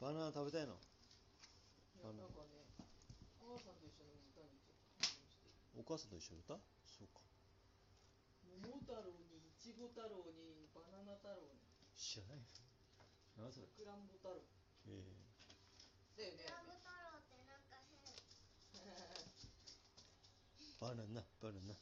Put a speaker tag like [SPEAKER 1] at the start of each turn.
[SPEAKER 1] ナナ食べたいの
[SPEAKER 2] いやなんかねお母さんと一緒の歌にちょっと感動して
[SPEAKER 1] お母さんと一緒に歌そうか
[SPEAKER 2] 桃太郎にいちご太郎にバナナ太郎に
[SPEAKER 1] 知らない何そ
[SPEAKER 2] さ
[SPEAKER 1] れ
[SPEAKER 2] くらんぼ太郎
[SPEAKER 1] え
[SPEAKER 2] だよね
[SPEAKER 3] ラム太郎ってなんか変
[SPEAKER 1] えバナナバナナ